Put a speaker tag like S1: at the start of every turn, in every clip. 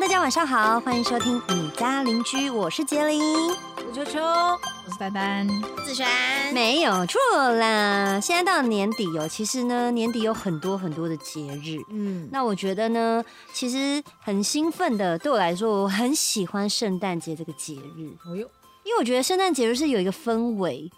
S1: 大家晚上好，欢迎收听《你家邻居》，我是杰林。
S2: 我球球，
S3: 我是丹丹，
S2: 子璇，
S1: 没有错啦，现在到年底哦，其实呢，年底有很多很多的节日。
S2: 嗯，
S1: 那我觉得呢，其实很兴奋的，对我来说，我很喜欢圣诞节这个节日，
S2: 哎呦，
S1: 因为我觉得圣诞节日是有一个氛围，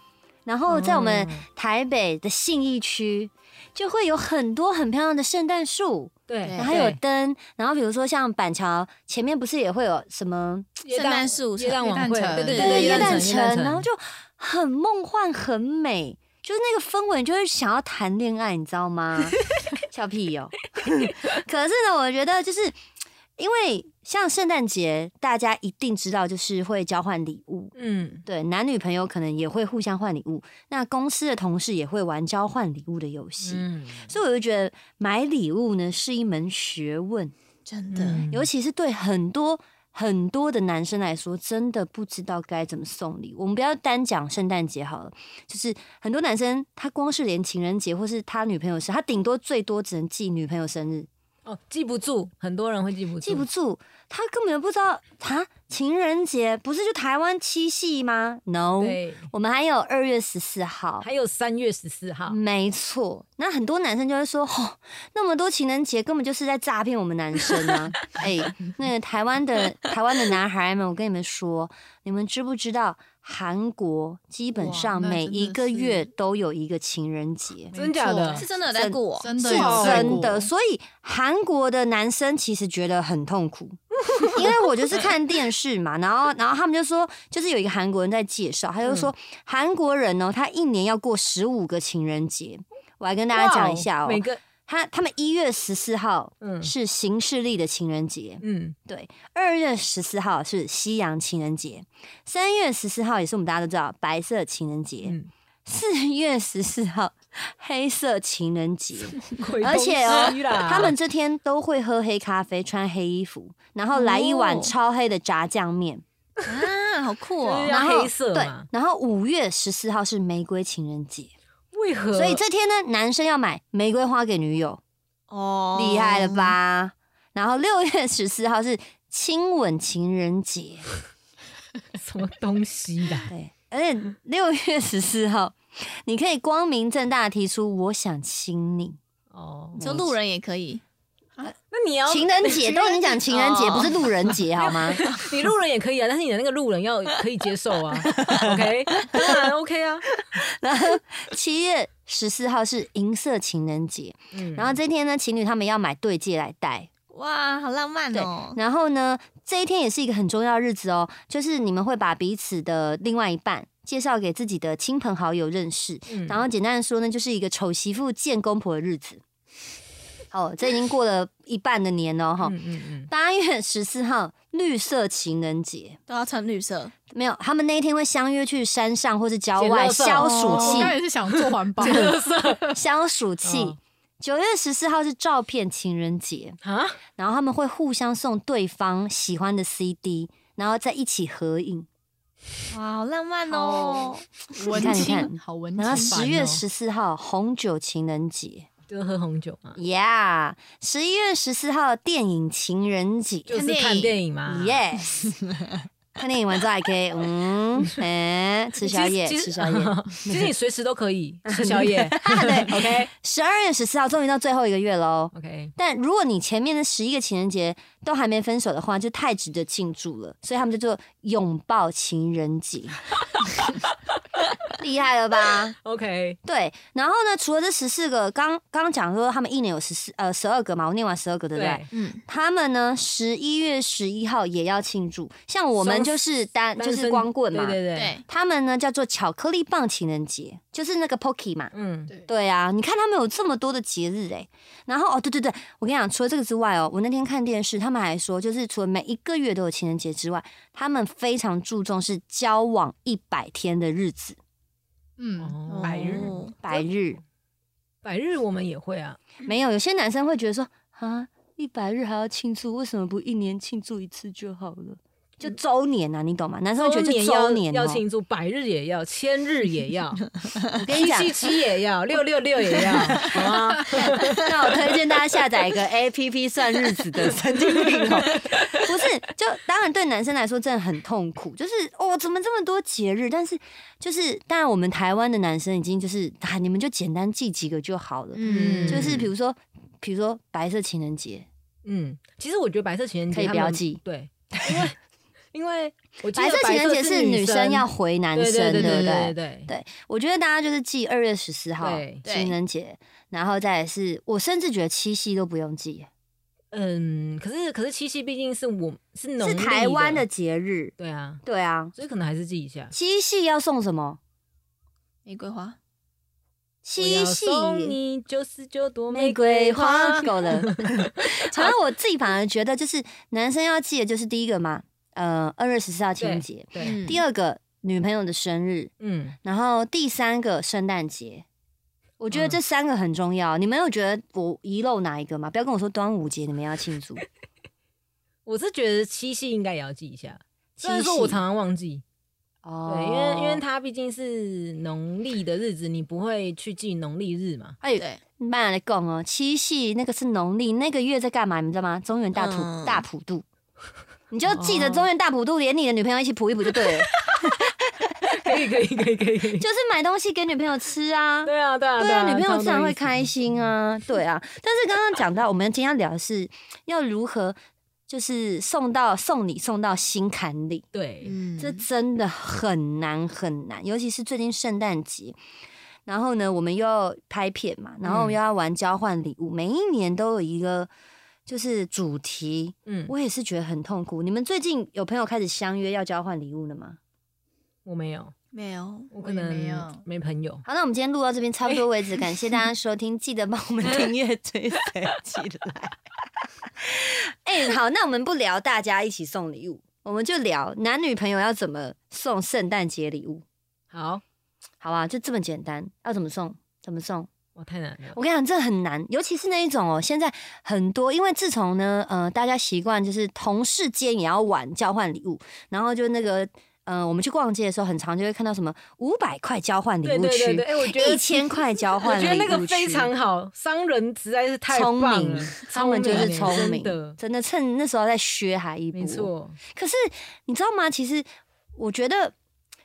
S1: 然后在我们台北的信义区就会有很多很漂亮的圣诞树，
S2: 对，
S1: 然后有
S3: 对
S1: 灯，然后比如说像板桥前面不是也会有什么
S2: 圣
S4: 圣诞树
S2: 耶诞晚会，
S3: 耶诞城
S2: 对对
S1: 对对，
S2: 耶
S1: 耶
S2: 诞
S1: 诞
S2: 城，
S1: 城，
S2: 耶
S1: 然后就很梦幻，很美，就是那个氛围，你就会想要谈恋爱，你知道吗？ 笑屁哟、 可是呢，我觉得就是因为像圣诞节，大家一定知道，就是会交换礼物。
S2: 嗯，
S1: 对，男女朋友可能也会互相换礼物，那公司的同事也会玩交换礼物的游戏，
S2: 嗯，
S1: 所以我就觉得买礼物呢是一门学问，
S4: 真的，
S2: 嗯
S1: 尤其是对很多很多的男生来说，真的不知道该怎么送礼。我们不要单讲圣诞节好了，就是很多男生他光是连情人节或是他女朋友生，他顶多最多只能记女朋友生日，
S2: 哦，记不住，很多人会记不住，
S1: 记不住，他根本不知道啊，情人节不是就台湾七夕吗？No，
S2: 对，
S1: 我们还有二月十四号。
S2: 还有三月十四号，
S1: 没错，那很多男生就会说，哦，那么多情人节根本就是在诈骗我们男生啊！哎、那个台湾的台湾的男孩们，我跟你们说，你们知不知道韩国基本上
S3: 哇那
S1: 每
S3: 真的
S1: 一个
S3: 是
S1: 月都有一个情人节？
S2: 真假的
S3: 没
S4: 是
S3: 错
S4: 真的有在过，哦
S3: 真的
S1: 是
S2: 哦
S3: 有在
S1: 真
S3: 过
S1: 的，所以韩国的男生其实觉得很痛 苦，因为我就是看电视嘛，然后然后他们就说，就是有一个韩国人在介绍，他就说
S3: 嗯
S1: 韩国人哦，他一年要过十五个情人节。我来跟大家讲一下
S2: 哇
S1: 哦，
S2: 每个，
S1: 他他们一月十四号
S2: 嗯
S1: 是行事历的情人节，
S2: 嗯，
S1: 对，二月十四号是西洋情人节，三月十四号也是我们大家都知道白色情人节
S2: 嗯，
S1: 四月十四号黑色情人节，
S2: 鬼
S1: 而且哦
S2: 东西啦
S1: 他们这天都会喝黑咖啡，穿黑衣服，然后来一碗
S4: 哦
S1: 超黑的炸酱面，
S4: 啊，好酷
S2: 就是
S4: 哦！
S2: 要
S1: 然后
S2: 黑色
S1: 对
S2: 嘛，
S1: 然后五月十四号是玫瑰情人节，
S2: 为何？
S1: 所以这天呢，男生要买玫瑰花给女友。
S4: 哦
S1: 厉害了？吧？然后六月十四号是亲吻情人节，
S2: 什么东西 啦？
S1: 对，而且六月十四号你可以光明正大地提出我想亲你。
S2: 哦，
S4: 说路人也可以，
S2: 那你要
S1: 情人节都已经讲情人节，
S4: 哦
S1: 不是路人节好吗？
S2: 你路人也可以啊，但是你的那个路人要可以接 受啊，OK，当然 OK 啊，
S1: 然后 七月十四号是银色情人节，
S2: 嗯
S1: 然后这天呢，情侣他们要买对戒来戴。
S4: 哇，好浪漫哦！
S1: 然后呢，这一天也是一个很重要的日子哦，就是你们会把彼此的另外一半介绍给自己的亲朋好友认识。
S2: 嗯
S1: 然后简单的说呢，就是一个丑媳妇见公婆的日子。哦，这已经过了一半的年了哈。
S2: 嗯嗯嗯，
S1: 八月十四号，绿色情人节，
S4: 都要穿绿色，
S1: 没有，他们那一天会相约去山上或是郊外
S2: 捡垃圾
S1: 消暑
S3: 哦我
S1: 气
S3: 刚，才也是想做环保，
S1: 消暑气
S2: 哦。
S1: 九月十四号是照片情人节，
S2: 啊，
S1: 然后他们会互相送对方喜欢的 CD，然后再一起合影。
S4: 哇，好浪漫哦！
S3: 文
S1: 你看你看
S3: 青，好文青
S1: 然
S3: 版
S2: 啊
S1: 后
S3: 哦。
S1: 十月十四号红酒情人节
S2: 就是喝红酒嘛，
S1: ，Yeah，十一月十四号电影情人节
S2: 就是看电影嘛，
S1: ，Yes，看电影完之后还可 以，嗯，哎、吃宵夜，
S2: 其实
S1: 吃宵夜。
S2: 其实你随时都可 以吃宵夜。
S1: 对
S2: OK
S1: 十二月十四号终于到最后一个月喽。
S2: OK，
S1: 但如果你前面的十一个情人节都还没分手的话，就太值得庆祝了，所以他们就做拥抱情人节， 厉害了吧？
S2: OK，
S1: 对，然后呢，除了这十四个，刚刚讲说他们一年有十四呃十二个嘛，我念完十二个对不对？
S2: 对，
S4: 嗯，
S1: 他们呢十一月十一号也要庆祝，像我们
S2: 双
S1: 就是单就
S2: 单
S1: 是
S2: 身
S1: 光棍嘛，
S2: 对对对，
S4: 对，
S1: 他们呢叫做巧克力棒情人节，就是那个 Pocky 嘛。
S2: 嗯，
S1: 对啊，你看他们有这么多的节日哎、然后哦，对对对，我跟你讲，除了这个之外哦，我那天看电视，他们还说，就是除了每一个月都有情人节之外，他们非常注重是交往一百天的日子，
S3: 嗯，
S2: 哦
S3: 百日
S4: 哦
S1: 百日
S2: 百日我们也会啊，
S1: 没有。有些男生会觉得说啊，一百日还要庆祝，为什么不一年庆祝一次就好了？就周年啊，你懂吗？男生会觉
S2: 嗯
S1: 得就
S2: 周年
S1: 周
S2: 要
S1: 年
S2: 要
S1: 哦、
S2: 庆祝，百日也要，千日也要，
S1: 我 跟你
S2: 七
S1: 讲，
S2: 七七也要，六六六也要，好吗？
S1: 哦 那我推荐大家下载一个 A P P 算日子的神经病 哦、不是，就当然对男生来说真的很痛苦，就是哦，怎么这么多节日？但是就是，当然我们台湾的男生已经就是啊，你们就简单记几个就好了，
S4: 嗯，
S1: 就是比如说。比如说白色情人节，
S2: 嗯，其实我觉得白色情人节
S1: 可以
S2: 他
S1: 不要
S2: 们
S1: 记
S2: 对， 因为因为我记得
S1: 白色情人节是女生要回男
S2: 对
S1: 生，对
S2: 对对
S1: 不
S2: 对
S1: 对？
S2: 对
S1: 我觉得大家就是记二月十四号
S2: 对
S4: 对
S1: 情人节，然后再来是我甚至觉得七夕都不用记，
S2: 嗯，可是可是七夕毕竟是我是农
S1: 是
S2: 历
S1: 台湾的，节日。
S2: 对啊，
S1: 对啊，
S2: 所以可能还是记一下。
S1: 七夕要送什么？
S4: 玫瑰花，
S2: 我
S1: 七
S2: 要
S1: 夕
S2: 送你九十九朵
S1: 玫
S2: 玫
S1: 瑰
S2: 瑰
S1: 花嗯
S2: 花，
S1: 够 了。然后我自己反而觉得，就是男生要记的就是第一个嘛，呃，二月十四号情人节，
S2: 对，
S4: 嗯
S1: 第二个女朋友的生日，
S2: 嗯，
S1: 然后第三个圣诞节。我觉得
S2: 嗯
S1: 这三个很重要，你们有觉得我遗漏哪一个吗？不要跟我说端午节你们要庆祝。
S2: 我是觉得七夕应该也要记一下，虽
S1: 七
S2: 然
S1: 夕
S2: 说我常常忘记，
S1: 哦
S2: 对，因为因为它毕竟是农历的日子，你不会去记农历日嘛。
S1: 哎，
S4: 对，
S1: 慢来讲哦，七夕那个是农历，那个月在干嘛？你们知道吗？中原大普、
S4: 嗯
S1: 大普渡， 你就记得中原大普渡，连你的女朋友一起普一普就 对了，
S2: 可以可以可以可以可以，
S1: 就是买东西给女朋友吃啊。
S2: 对啊对啊
S1: 对啊，女朋友自然会。
S2: 差不多意
S1: 开
S2: 思
S1: 心啊，对啊。但是刚刚讲到，我们今天要聊的是要如何，就是送到送礼送到心坎里，
S2: 对，
S4: 嗯，
S1: 这真的很难很难，尤其是最近圣诞节，然后呢，我们又要拍片嘛，然后我们
S2: 嗯
S1: 又要玩交换礼物，每一年都有一个就是主题，
S2: 嗯，
S1: 我也是觉得很痛苦。你们最近有朋友开始相约要交换礼物了吗？
S2: 我没有，
S4: 没有，
S2: 我
S3: 我
S2: 可
S3: 也
S2: 能
S3: 没
S4: 嗯
S3: 有
S2: 没朋友。
S1: 好，那我们今天录到这边差不多为
S2: 哎
S1: 止，感谢大 家收听，记得帮我们订阅、追随起来。哎、好，那我们不聊大家一起送礼物，我们就聊男女朋友要怎么送圣诞节礼物。
S2: 好，
S1: 好啊，就这么简单，要怎么送？怎么送？
S2: 我太难了。
S1: 我跟你讲，这很难，尤其是那一种哦，现在很多，因为自从呢，呃，大家习惯就是同事间也要玩交换礼物，然后就那个，呃，我们去逛街的时候，很常就会看到什么五百块交换礼
S2: 对
S1: 物
S2: 对对
S1: 区
S2: 对，、哎，我觉
S1: 一
S2: 得
S1: 千块交
S2: 我
S1: 换礼
S2: 觉
S1: 物
S2: 得
S1: 区，
S2: 那个非常好，商人实在是太
S1: 聪
S2: 棒
S1: 明
S2: 了，，
S1: 他们就是
S2: 欸
S1: 聪明，
S2: 真的，
S1: 真的趁那时候再削他一波。
S2: 没错，
S1: 可是你知道吗？其实我觉得，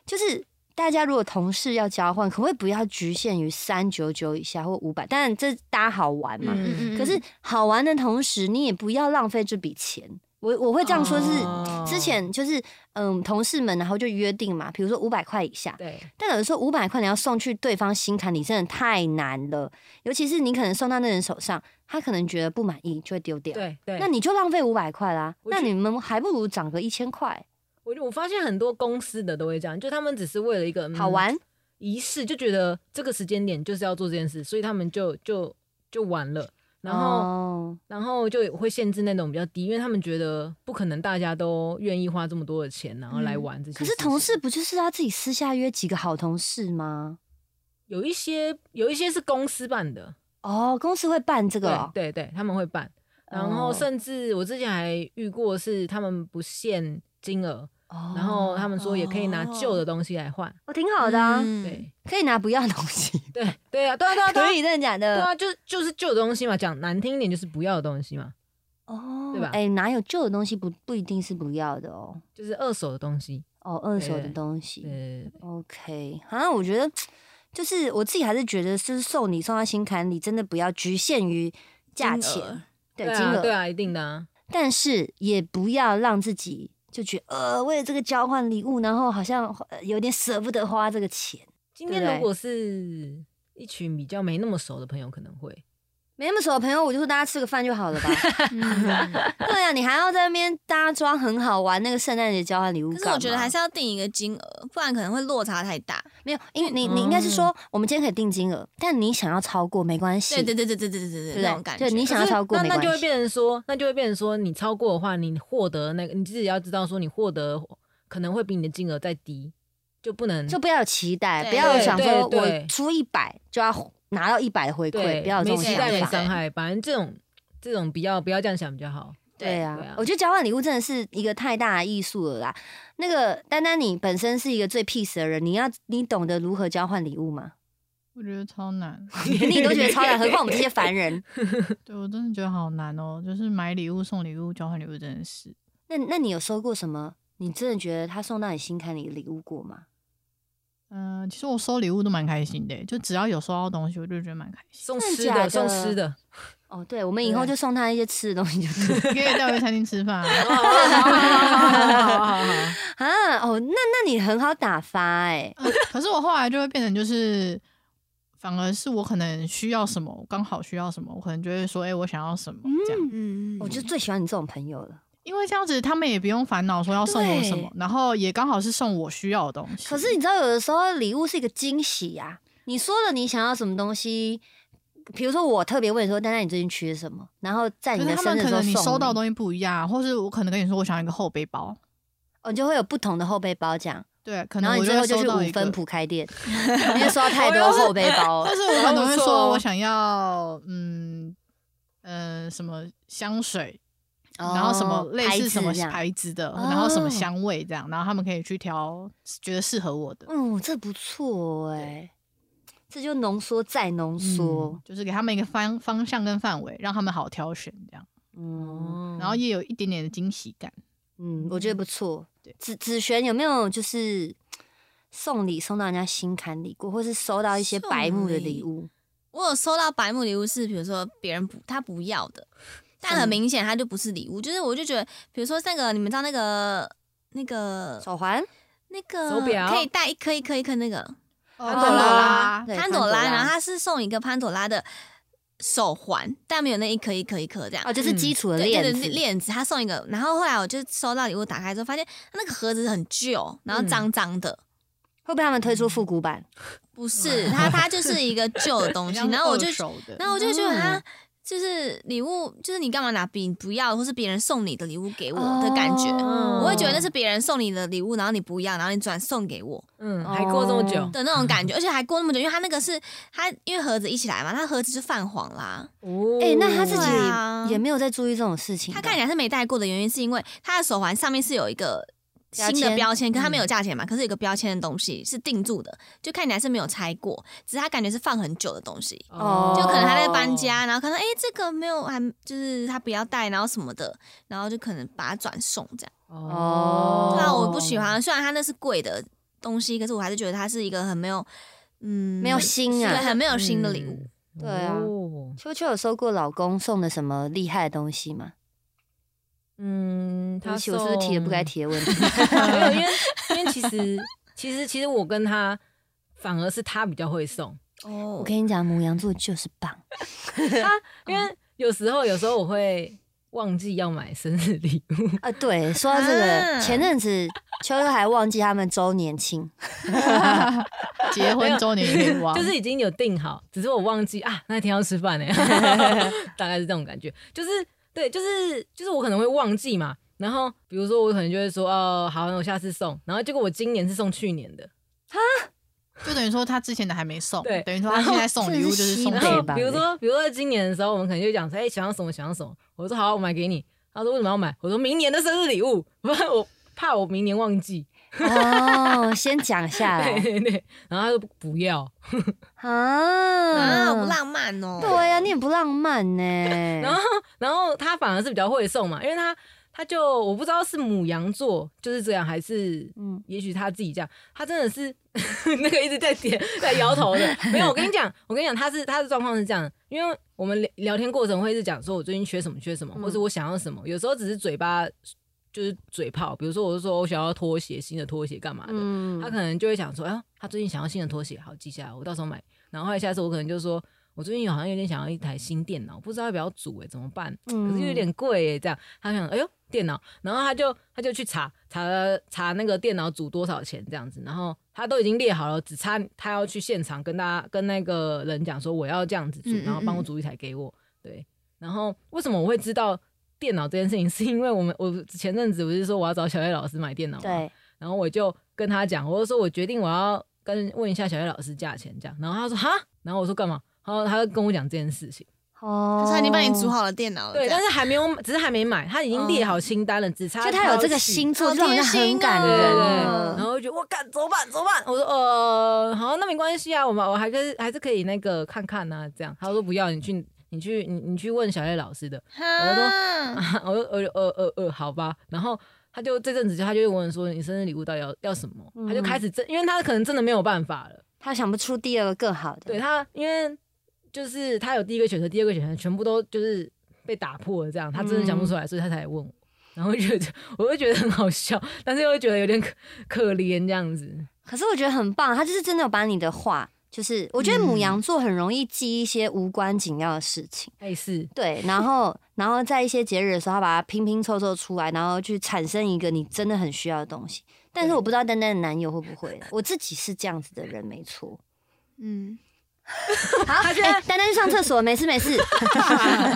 S1: 就是大家如果同事要交换，可不可以不要局限于三九九以下或五百？当然这大家好玩嘛。
S2: 嗯，
S1: 可是好玩的同时，你也不要浪费这笔钱。我我会这样说是，
S2: 哦
S1: 之前就是嗯，同事们然后就约定嘛，比如说五百块以下，
S2: 对，
S1: 但有的时候五百块你要送去对方心坎里，真的太难了。尤其是你可能送到那人手上，他可能觉得不满意就会丢掉，
S2: 对对，
S1: 那你就浪费五百块啦。
S2: 我
S1: 那
S2: 觉
S1: 你们还不如涨个一千块，
S2: 我我发现很多公司的都会这样，就他们只是为了一个、嗯
S1: 好玩。
S2: 仪式，就觉得这个时间点就是要做这件事，所以他们就就就完了，然后、
S1: 哦
S2: 然后就会限制那种比较低，因为他们觉得不可能大家都愿意花这么多的钱，然后来玩这
S1: 嗯
S2: 些
S1: 可
S2: 事情、
S1: 是同事不就是要自己私下约几个好同事吗？
S2: 有一些有一些是公司办的，
S1: 哦，公司会办这个、哦，
S2: 对对对，他们会办，然后
S1: 哦
S2: 甚至我之前还遇过是他们不限金额，
S1: 哦
S2: 然后他们说也可以拿旧的东西来换，
S1: 哦挺好的啊，
S4: 嗯，
S2: 对
S1: 可以拿不要的东西，
S2: 对对啊，对啊对啊对啊
S1: 可以真的假
S2: 对
S1: 的？
S2: 啊，就是就是旧的东西嘛，讲难听一点就是不要的东西嘛，
S1: 哦
S2: 对吧
S1: 哎，哪有旧的东西不不一定是不要的哦，
S2: 就是二手的东西。
S1: 哦，二手的
S2: 对
S1: 东西，
S2: 对，
S1: OK，好像我觉得就是我自己还是觉得，就是送礼送到心坎里，真的不要局限于价
S4: 金额
S1: 钱，对
S2: 对
S1: 金
S2: 啊，
S1: 额，
S2: 对啊，一定的啊。
S1: 但是也不要让自己就觉得呃，为了这个交换礼物，然后好像呃有点舍不得花这个钱。
S2: 今
S1: 对不
S2: 天
S1: 对
S2: 如果是一群比较没那么熟的朋友，可能会
S1: 没那么熟的朋友，我就说大家吃个饭就好了吧。
S4: 嗯
S1: 对啊，你还要在那边搭装很好玩那个圣诞节交换礼物
S4: 可
S1: 干嘛，
S4: 是我觉得还是要定一个金额，不然可能会落差太大。
S1: 没有，因为你你应该是说我们今天可以定金额，但你想要超过没关系。
S4: 嗯对对对对对对
S1: 对不
S4: 对
S1: 对
S4: 那种感觉。
S1: 就你想
S2: 可
S1: 要
S2: 是
S1: 超过
S2: 那
S1: 没
S2: 那就
S1: 关
S2: 会
S1: 系
S2: 变成说，那就会变成说，你超过的话，你获得那个你自己要知道说，你获得可能会比你的金额再低，就不能
S1: 就不要有期待，
S4: 对
S1: 不要有想说
S2: 对对
S1: 我
S2: 对
S1: 出一百就要拿到一百的回馈，
S2: 对
S1: 不要有这
S2: 没
S1: 种
S2: 期待
S1: 想
S2: 没
S1: 欸
S4: 法
S2: 伤害，反正这种这种比较不要这样想比较好。
S1: 对啊，
S2: 对啊
S1: 我觉得交换礼物真的是一个太大的艺术了啦。那个丹丹，你本身是一个最 peace 的人，你要你懂得如何交换礼物吗？
S3: 我觉得超难，
S1: 连 你都觉得超难，何 况我们这些凡人？
S3: 对我真的觉得好难哦，就是买礼物、送礼物、交换礼物真的是，
S1: 那那你有收过什么？你真的觉得他送到你心坎里的礼物过吗？
S3: 嗯、其实我收礼物都蛮开心的，欸就只要有收到东西，我就觉得蛮开心。
S2: 送
S1: 真的
S2: 吃
S1: 假
S2: 的，送
S1: 的
S2: 吃的，
S1: 哦，对，我们以后
S2: 对
S1: 就送他一些吃的东西就对了
S3: 你可以带我去餐厅吃饭、啊，
S1: 啊。哦，那那你很好打发哎、
S3: 嗯可是我后来就会变成就是，反而是我可能需要什么，我刚好需要什么，我可能就会说，哎、我想要什么这样，
S4: 嗯
S1: 哦我就最喜欢你这种朋友了。
S3: 因为这样子他们也不用烦恼说要送我什么，然后也刚好是送我需要的东西。
S1: 可是你知道，有的时候礼物是一个惊喜呀、你说了你想要什么东西，比如说我特别问你说，丹丹，你最近缺什么？然后在
S3: 可
S1: 你
S3: 是
S1: 的
S3: 他
S1: 生
S3: 们
S1: 日的
S3: 可
S1: 时候
S3: 能你收
S1: 送
S3: 到的
S1: 你
S3: 东西不一样，或是我可能跟你说我想要一个厚背包，
S1: 哦，你就会有不同的后背包奖，
S3: 对，可
S1: 然
S3: 能
S1: 后
S3: 我
S1: 你最
S3: 会
S1: 后就
S3: 收
S1: 去
S3: 到一
S1: 五分
S3: 个。
S1: 铺开 店，因为收到太多后背包了
S3: 但。是我可能会
S2: 还不错
S3: 说
S2: 哦
S3: 我想要嗯呃什么香水，
S1: 哦
S3: 然后什么类似什
S1: 牌
S3: 么
S1: 子这样
S3: 牌子的，
S1: 哦
S3: 然后什么香味这样，然后他们可以去挑觉得适合我的。
S1: 嗯，这不错哎、这就浓缩再浓缩
S3: 嗯。就是给他们一个方方向跟范围，让他们好挑选这样，
S1: 嗯
S3: 然后也有一点点的惊喜感。
S1: 嗯，我觉得不错
S3: 对。
S1: 子子璇有没有就是送礼送到人家心坎里过，或是收到一些白目的礼物？
S4: 我有收到白目礼物是，比如说别人不他不要的，但很明显他就不是礼物，就是我就觉得，比如说那个你们知道那个那个
S1: 手环？
S4: 那个
S2: 手表
S4: 可以戴一颗一颗一颗那个
S3: 潘
S1: 朵
S3: 拉，
S1: 对
S4: 潘朵拉，然后他是送一个潘朵拉的手环，但没有那一颗一颗一颗这样。
S1: 哦，就是基础的
S4: 嗯对
S1: 链
S4: 对
S1: 子。
S4: 对，链子，他送一个，然后后来我就收到礼物，打开之后发现那个盒子很旧，然后
S2: 嗯
S4: 脏脏的，
S1: 会不会他们推
S4: 嗯
S1: 出复古版？
S4: 不是它它就是一个旧的 东西，然后我就 然后我就觉
S1: 嗯
S4: 得他就是礼物，就是你干嘛拿别人不要，或是别人送你的礼物给我的感觉，
S1: 哦
S4: 我会觉得那是别人送你的礼物，然后你不要，然后你转送给我
S2: 嗯，还过
S1: 哦
S2: 这么久，
S4: 的那种 感觉，而且还过那么久，因为他那个是他因为盒子一起来嘛，他盒子就泛黄啦。
S2: 哦
S1: 哎、那他自
S4: 对啊
S1: 己也没有在注意这种事情吧。
S4: 他看起来是没戴过的原因，是因为他的手环上面是有一个。
S1: 标
S4: 新的
S1: 签嗯
S4: 标签，可他没有价钱嘛？可是有个标签的东西是定住的，就看起来是没有拆过，只是他感觉是放很久的东西。
S1: 哦
S4: 就可能他在搬家，然后看到哎、诶这个没有还就是他不要带，然后什么的，然后就可能把它转送这样。
S1: 哦
S4: 对啊，我不喜欢，虽然他那是贵的东西，可是我还是觉得它是一个很没有，嗯，
S1: 没有心
S4: 对，
S1: 啊。
S4: 很没有心的礼物。
S2: 嗯，
S1: 对啊
S2: 哦
S1: 秋秋有收过老公送的什么厉害的东西吗？
S2: 嗯，
S1: 对
S2: 他
S1: 不起，我是不是提了不该
S2: 送
S1: 提的问题？
S2: 没有，因为因为其实其实其实我跟他反而是他比较会送，
S4: 哦
S1: 我跟你讲，母羊座就是棒。
S2: 他因为有时候有时候我会忘记要买生日礼 物，
S1: 啊，对，说到这个，
S4: 啊
S1: 前阵子秋秋还忘记他们周年庆，
S3: 结婚周年啊愿望，
S2: 就是已哦经有定好，只是我忘记啊那天要吃 饭呢，大概是这种感觉，就是对，就是就是我可能会忘记嘛。然后，比如说，我可能就会说，哦，好，那我下次送。然后结果我今年是送去年的，
S3: 就等于说他之前的还没送，
S2: 对
S3: 等于说他现在送礼物就是送
S2: 然
S1: 真的是
S2: 后
S1: 吧
S2: 比如说，比如说今年的时候，我们可能就讲说，哎、想要什么，想要什么。我说好，我买给你。他说为什么要买？我说明年的生日礼物，不然我怕我明年忘记。
S1: 哦，先讲下
S2: 对
S1: 来
S2: 对对，然后他就不要。
S1: 啊
S4: 啊，不浪漫
S1: 嗯
S4: 哦。
S1: 对啊呀、你也不浪漫呢、
S2: 然后然后他反而是比较会送嘛，因为他他就我不知道是母羊座就是这样，还是
S1: 嗯
S2: 也许他自己这样，他真的是 那个一直在点在摇头的。没有，我跟你讲，我跟你讲，他是他的状况是这样，因为我们聊聊天过程会是讲说我最近缺什么缺什么，
S1: 嗯
S2: 或是我想要什么，有时候只是嘴巴就是嘴炮，比如说我就说我想要拖鞋，新的拖鞋干嘛的，
S1: 嗯
S2: 他可能就会想说，哎呦，他最近想要新的拖鞋，好记下来，我到时候买。然后后来下次我可能就说，我最近好像有点想要一台新电脑，不知道要不要组哎、怎么办？可
S1: 嗯
S2: 是又有
S4: 嗯
S2: 点贵哎、这样他想，哎呦，电脑，然后他就他就去查查查那个电脑组多少钱这样子，然后他都已经列好了，只差他要去现场跟大家跟那个人讲说我要这样子组
S4: 嗯嗯，
S2: 然后帮我组一台给我。对，然后为什么我会知道？电脑这件事情 是因为我们我前阵子不是说我要找小叶老师买电脑吗？
S1: 对，
S2: 然后我就跟他讲，我就说我决定我要跟问一下小叶老师价钱这样，然后他说哈，然后我说干嘛？然后他就跟我讲这件事情，
S1: 哦
S4: 可是他已经帮你煮，好了电脑了，
S2: 对，
S4: 这样
S2: 但是还没有，只是还没买，他已经列好清单了，只差
S1: 嗯就他有这个
S2: 挑戏
S1: 星座，
S4: 好
S1: 就好像
S4: 贴心
S1: 很感
S4: 哦
S2: 对对对，
S1: 人
S4: 嗯。
S2: 然后就觉得我干怎么办怎么办？我说呃好，那没关系啊，我们我还是还是可以那个看看呐、这样。他说不要，你去你去你你去问小叶老师的。我都
S1: 嗯
S4: 哈
S2: 我说呃呃呃呃好吧，然后。他就这阵子就他就会问我说你生日礼物到底要要什么？
S1: 嗯
S2: 他就开始真，因为他可能真的没有办法了。
S1: 他想不出第二个更好的。
S2: 对他，因为就是他有第一个选择，第二个选择全部都就是被打破了，这样他真的想不出来，所以他才问我。然后我就觉得我就觉得很好笑，但是又觉得有点可可怜这样子。
S1: 可是我觉得很棒，他就是真的有把你的话，就是我觉得母羊座很容易记一些无关紧要的事 情，
S2: 类似
S1: 对，然后然后在一些节日的时候，他把它拼拼凑凑出来，然后去产生一个你真的很需要的东西。但是我不知道丹丹的男友会不会啦，我自己是这样子的人，没错。
S4: 嗯，
S1: 好，哎、丹丹去上厕所，没事没事。 可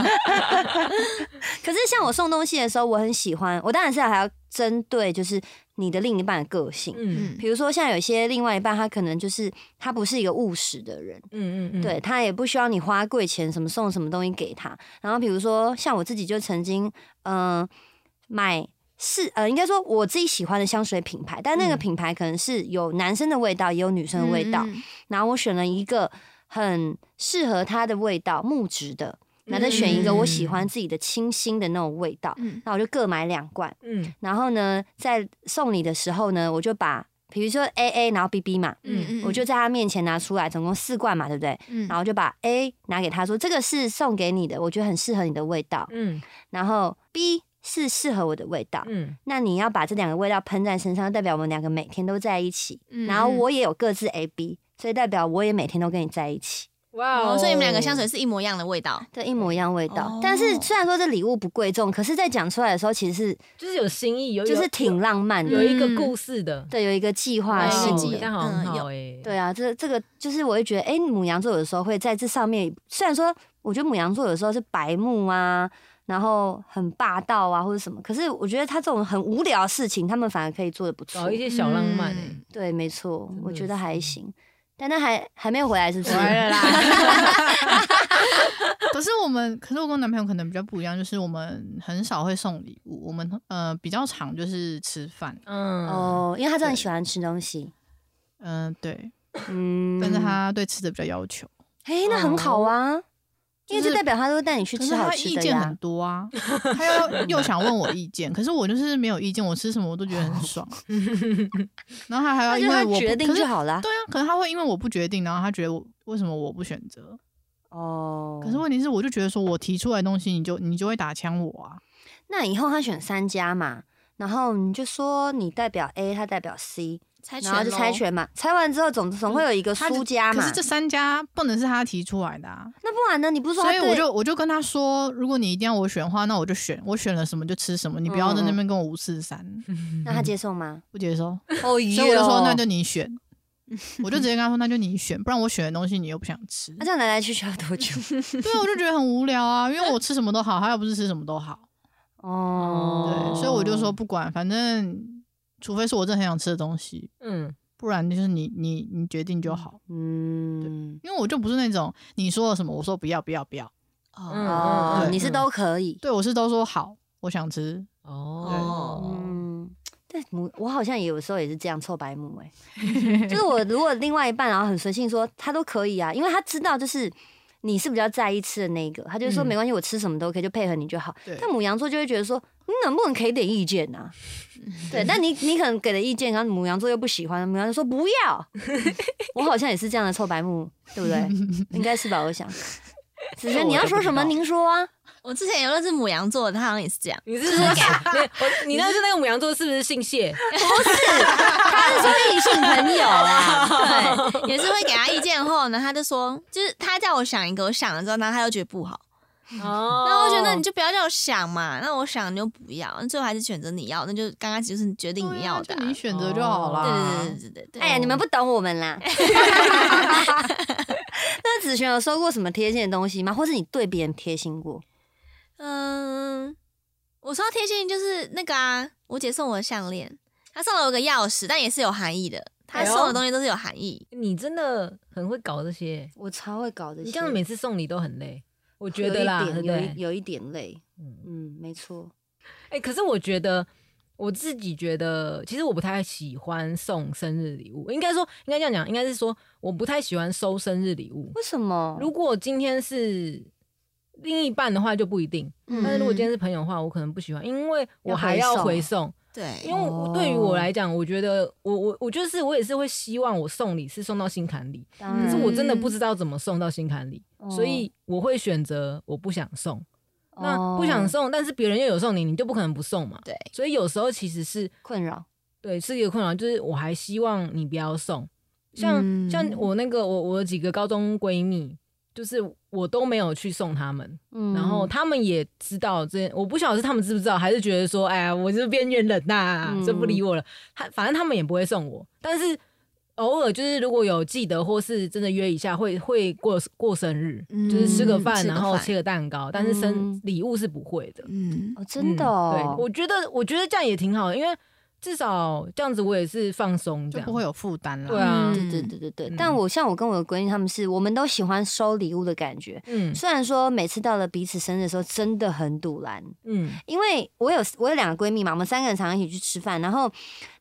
S1: 是像我送东西的时候，我很喜欢，我当然是还要针对就是你的另一半的个性，
S2: 嗯
S4: 嗯
S1: 比如说，像有些另外一半，他可能就是他不是一个务实的人，
S2: 嗯嗯嗯，
S1: 对他也不需要你花贵钱什么送什么东西给他。然后比如说，像我自己就曾经，嗯、买是呃，应该说我自己喜欢的香水品牌，但那个
S2: 嗯
S1: 品牌可能是有男生的味道，也有女生的味道。
S4: 嗯，
S1: 然后我选了一个很适合他的味道，木质的。然后再选一个我喜欢自己的清新的那种味道，
S4: 嗯
S1: 那我就各买两罐。
S2: 嗯
S1: 然后呢，在送礼的时候呢，我就把比如说 A A，然后 B B 嘛，
S4: 嗯嗯，
S1: 我就在他面前拿出来，总共四罐嘛，对不对？
S4: 嗯
S1: 然后就把 A 拿给他说，这个是送给你的，我觉得很适合你的味道。
S2: 嗯
S1: 然后 B 是适合我的味道，
S2: 嗯
S1: 那你要把这两个味道喷在身上，代表我们两个每天都在一起。
S4: 嗯
S1: 然后我也有各自 A B，所以代表我也每天都跟你在一起，
S2: 哇
S4: 哦，所以你们两个香水是一模一样的味道，
S1: 对，一模一样味道。
S4: 哦
S1: 但是虽然说这礼物不贵重，可是在讲出来的时候，其实是
S2: 就是有新意，有
S1: 就是挺浪漫
S2: 有有
S1: 的，
S2: 一个故事的，
S1: 对，有一个计划
S4: 有
S2: 哦
S4: 一
S1: 性
S4: 个
S1: 的。
S4: 计
S2: 这样好像很好哎，
S1: 对啊，这这个就是我会觉得，哎、母羊座有时候会在这上面，虽然说我觉得母羊座有时候是白目啊，然后很霸道啊或者什么，可是我觉得他这种很无聊的事情，他们反而可以做的不错
S2: 搞一。些小浪漫哎，
S4: 嗯
S1: 对，没错
S2: 真，的
S1: 我觉得还
S2: 是
S1: 行。但他还还没有回来，是不是？
S3: 来了啦。可是我们，可是我跟我男朋友可能比较不一样，就是我们很少会送礼物，我们呃比较常就是吃饭，
S2: 嗯
S1: 哦，因为他真的很喜欢吃东西。
S3: 嗯、对，
S1: 嗯，
S3: 但是他对吃的比较要求，
S1: 哎、那很好啊，因为
S3: 就是
S1: 这代表他都会带你去
S3: 可是
S1: 吃好
S3: 他
S1: 吃
S3: 意
S1: 的
S3: 见很
S1: 呀。
S3: 多 啊，他又又想问我意见，可是我就是没有意见，我吃什么我都觉得很 爽，然后他还要
S1: 那
S3: 因
S1: 就
S3: 为
S1: 他
S3: 我不
S1: 决定
S3: 可是
S1: 就好啦。
S3: 对啊，可能他会因为我不决定，然后他觉得我为什么我不选择？
S1: 哦，
S3: 可是问题是，我就觉得说我提出来的东西，你就你就会打枪我啊。
S1: 那以后他选三家嘛，然后你就说你代表 A，他代表 C，
S4: 猜拳
S1: 然后
S4: 咯，
S1: 就猜拳嘛，猜完之后总总会有一个
S3: 他
S1: 输家
S3: 嗯可
S1: 嘛
S3: 是。这三家不能是他提出来的啊，
S1: 那不然呢？你不是说他啊
S3: 所以
S1: 对
S3: 我就我就跟他说，如果你一定要我选的话，那我就选，我选了什么就吃什么，你不要
S1: 嗯
S3: 在那边跟我五四三，
S1: 那他接受吗？
S3: 不 接受。
S1: 哦，所
S3: 所以我就说 那就你 选，我就直接跟他说那就你选，不然我选的东西你又不想吃
S1: 那。这样来来去去要多 久？
S3: 对啊，我就觉得很无聊啊，因为我吃什么都好，他又不是吃什么都好。对，
S1: 哦，
S3: 所以我就说不管，反正除非是我真的很想吃的东西，
S2: 嗯
S3: 不然就是你你你决定就好，
S1: 嗯，
S3: 因为我就不是那种你说了什么我说不要不要不要，
S2: 嗯
S4: 哦
S1: 哦，
S3: 对
S1: 你是都可以，
S3: 对我是都说好，我想吃，
S2: 哦，
S1: 嗯。但我我好像也有时候也是这样臭白目哎、 就是我如果另外一半然后很随性说他都可以啊，因为他知道就是你是比较在意吃的那一个，他就说
S2: 嗯
S1: 没关系，我吃什么都可以，就配合你就好。
S3: 对
S1: 但母羊座就会觉得说，你能不能给点意见 啊？对，但你你可能给了意见，然后母羊座又不喜欢，母羊座说不要。我好像也是这样的臭白目，对不对？应该是吧？我 想，子轩你要说什么？您说啊。
S4: 我之前有认识母羊座的，他好像也是这样，
S2: 你是说没有我 你那是那个母羊座是不是姓谢？
S1: 他是说异性朋友
S2: 啊
S1: 啊啦，
S4: 对，也是会给他意见后呢，他就说，就是他叫我想一个，我想了之后，然后他又觉得不好，
S2: 哦
S4: 那我觉得那你就不要叫我想嘛，那我想你就不要，那最后还是选择你要，那就刚开始就是决定
S3: 对
S4: 你
S3: 啊
S4: 要的
S3: 就
S4: 啊、哦
S3: 你选择就好
S2: 吧
S3: 啦。
S4: 对对对对对对，
S1: 哎呀，你们不懂我们啦。 那子璇有收过什么贴心的东西吗？或是你对别人贴心过？
S4: 嗯，我说到贴心就是那个啊，我姐送我的项链，她送了我个钥匙，但也是有含义的，她
S2: 哎呦
S4: 送的东西都是有含义。
S2: 你真的很会搞这些，
S1: 我超会搞这些，
S2: 你这样每次送礼都很累。我觉得啦，对
S1: 有一
S2: 不
S1: 点有一
S2: 对？
S1: 有一点累，
S2: 嗯
S1: 嗯，没错，
S2: 哎、可是我觉得我自己觉得，其实我不太喜欢送生日礼物，应该说应该这样讲，应该是说我不太喜欢收生日礼物。
S1: 为什么？
S2: 如果今天是另一半的话就不一定，嗯
S1: 嗯
S2: 但是如果今天是朋友的话，我可能不喜欢，因为我还要
S1: 要回
S2: 回送。
S4: 对，
S2: 因为我对于我来讲，我觉得我我我就是我也是会希望我送礼是送到心坎里，
S1: 当然
S2: 可是我真的
S4: 嗯哦
S2: 不知道怎么送到心坎里，所以我会选择我不想送。
S1: 嗯哦
S2: 那不想
S1: 哦
S2: 送，但是别人又有送你，你就不可能不送嘛。
S4: 对，
S2: 所以有时候其实是
S1: 困扰，
S2: 对是一个困扰，就是我还希望你不要送。像、
S4: 嗯
S2: 像我那个我我有几个高中闺蜜，就是我都没有去送她们，
S1: 嗯
S2: 然后他们也知道这，我不晓得是他们知不知道，还是觉得说，哎呀，我是边缘人呐、
S1: 嗯
S2: 就不理我了。他反正他们也不会送我，但是偶尔就是如果有记得或是真的约一下，会会过过生日，
S4: 嗯
S2: 就是吃个饭，
S4: 吃个
S2: 然后
S4: 饭
S2: 切个蛋糕，但是生
S1: 嗯
S2: 礼物是不会的。
S4: 嗯，
S1: 哦，真的哦
S2: 对，，我觉得我觉得这样也挺好的，因为至少这样子我也是放松，这
S3: 就
S2: 样
S3: 不会有负担啦。
S2: 对啊，
S4: 嗯
S1: 对对对对
S2: 嗯
S1: 对。但我像我跟我的闺蜜，她们是我们都喜欢收礼物的感觉。
S2: 嗯
S1: 虽然说每次到了彼此生日的时候，真的很堵拦，
S2: 嗯
S1: 因为我有我有两个闺蜜嘛，我们三个人常一起去吃饭，然后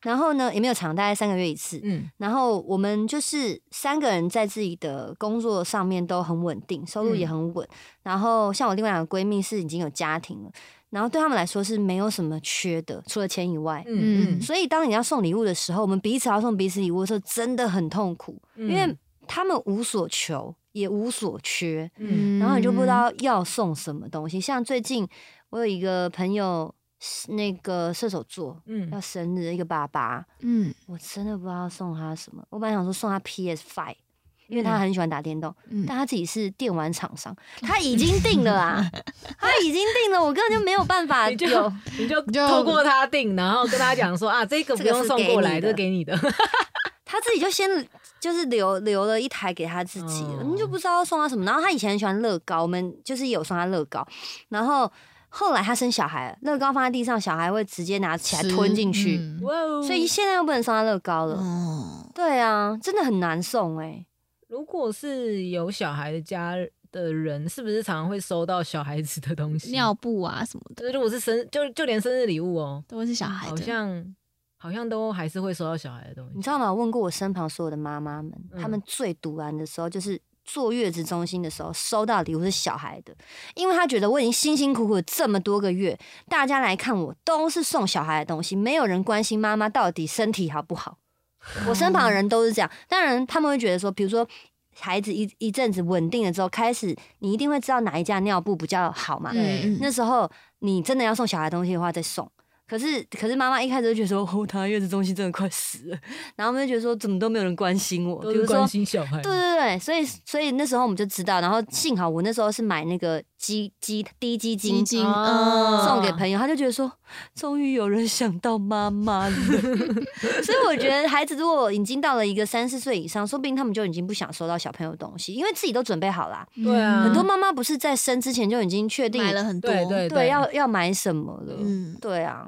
S1: 然后呢也没有常，大概三个月一次。
S2: 嗯
S1: 然后我们就是三个人在自己的工作上面都很稳定，收
S2: 嗯
S1: 入也很稳。然后像我另外两个闺蜜是已经有家庭了，然后对她们来说是没有什么缺的，除了钱以外。
S2: 嗯
S1: 所以当你要送礼物的时候，我们彼此要送彼此礼物的时候，真的很痛苦，
S2: 嗯，
S1: 因为他们无所求，也无所缺，
S2: 嗯
S1: 然后你就不知道要送什么东西。像最近我有一个朋友，是那个射手座
S2: 嗯
S1: 要生日，一个爸爸，
S4: 嗯，
S1: 我真的不知道送他什么。我本来想说送他 PS Five。因为他
S2: 嗯哦
S1: 很喜欢打电动，
S4: 嗯
S1: 但他自己是电玩厂商，他已经定了 啦，他已经定了，我根本就没有办法
S2: 你就
S1: 有
S2: 你就
S3: 你就
S2: 透过他订，然后跟他讲说啊，这个不
S1: 这个
S2: 用
S1: 是
S2: 送
S1: 给
S2: 过
S1: 你
S2: 来，这
S1: 的
S2: 是给 你的。
S1: 他自己就先就是留留了一台给他自己了，
S2: 嗯
S1: 你就不知道送他什么。然后他以前很喜欢乐高，我们就是有送他乐高，然后后来他生小孩了，乐高放在地上，小孩会直接拿起来吞进去，
S3: 嗯
S2: 哇哦！
S1: 所以现在又不能送他乐高了。
S4: 哦，
S1: 对啊，真的很难送哎、
S2: 如果是有小孩的家的人，是不是常常会收到小孩子的 东西？
S4: 尿布啊什么的
S2: 就是如果是生，就就连生日礼物哦，
S4: 都会是小孩
S2: 好
S4: 的，
S2: 像好像都还是会收到小孩的东西。
S1: 哎你知道吗？我问过我身旁所有的妈妈们，
S2: 嗯
S1: 她们最堵拦的时候就是。坐月子中心的时候，收到礼物是小孩的，因为她觉得我已经辛辛苦苦这么多个月，大家来看我都是送小孩的东西，没有人关心妈妈到底身体好不 好。我身旁的人都是这样，当然他们会觉得说，比如说孩子一一阵子稳定了之后，开始你一定会知道哪一家尿布比较好嘛，
S2: 对
S4: 嗯，
S1: 那时候你真的要送小孩东西的话再送。可是可是妈妈一开始就觉得说，哦，她月子中心真的快死了，然后我们就觉得说，怎么都没有人关心我，
S2: 都
S1: 比
S2: 是
S1: 如说
S2: 关。心小孩
S1: 对。对对，所以所以那时候我们就知道，然后幸好我那时候是买那个鸡鸡低基
S4: 基
S1: 金
S4: 金，
S2: 哦
S4: 嗯
S1: 呃送给朋友，他就觉得说，终于有人想到妈妈了。 所以我觉得孩子如果已经到了一个三四岁以上，说不定他们就已经不想收到小朋友的东西，因为自己都准备好啦。
S2: 对啊
S1: 很多
S3: 嗯
S1: 妈妈不是在生之前就已经确定
S4: 嗯买了很多，
S2: 对对
S1: 对，要要买什么了？
S4: 嗯，
S1: 对啊，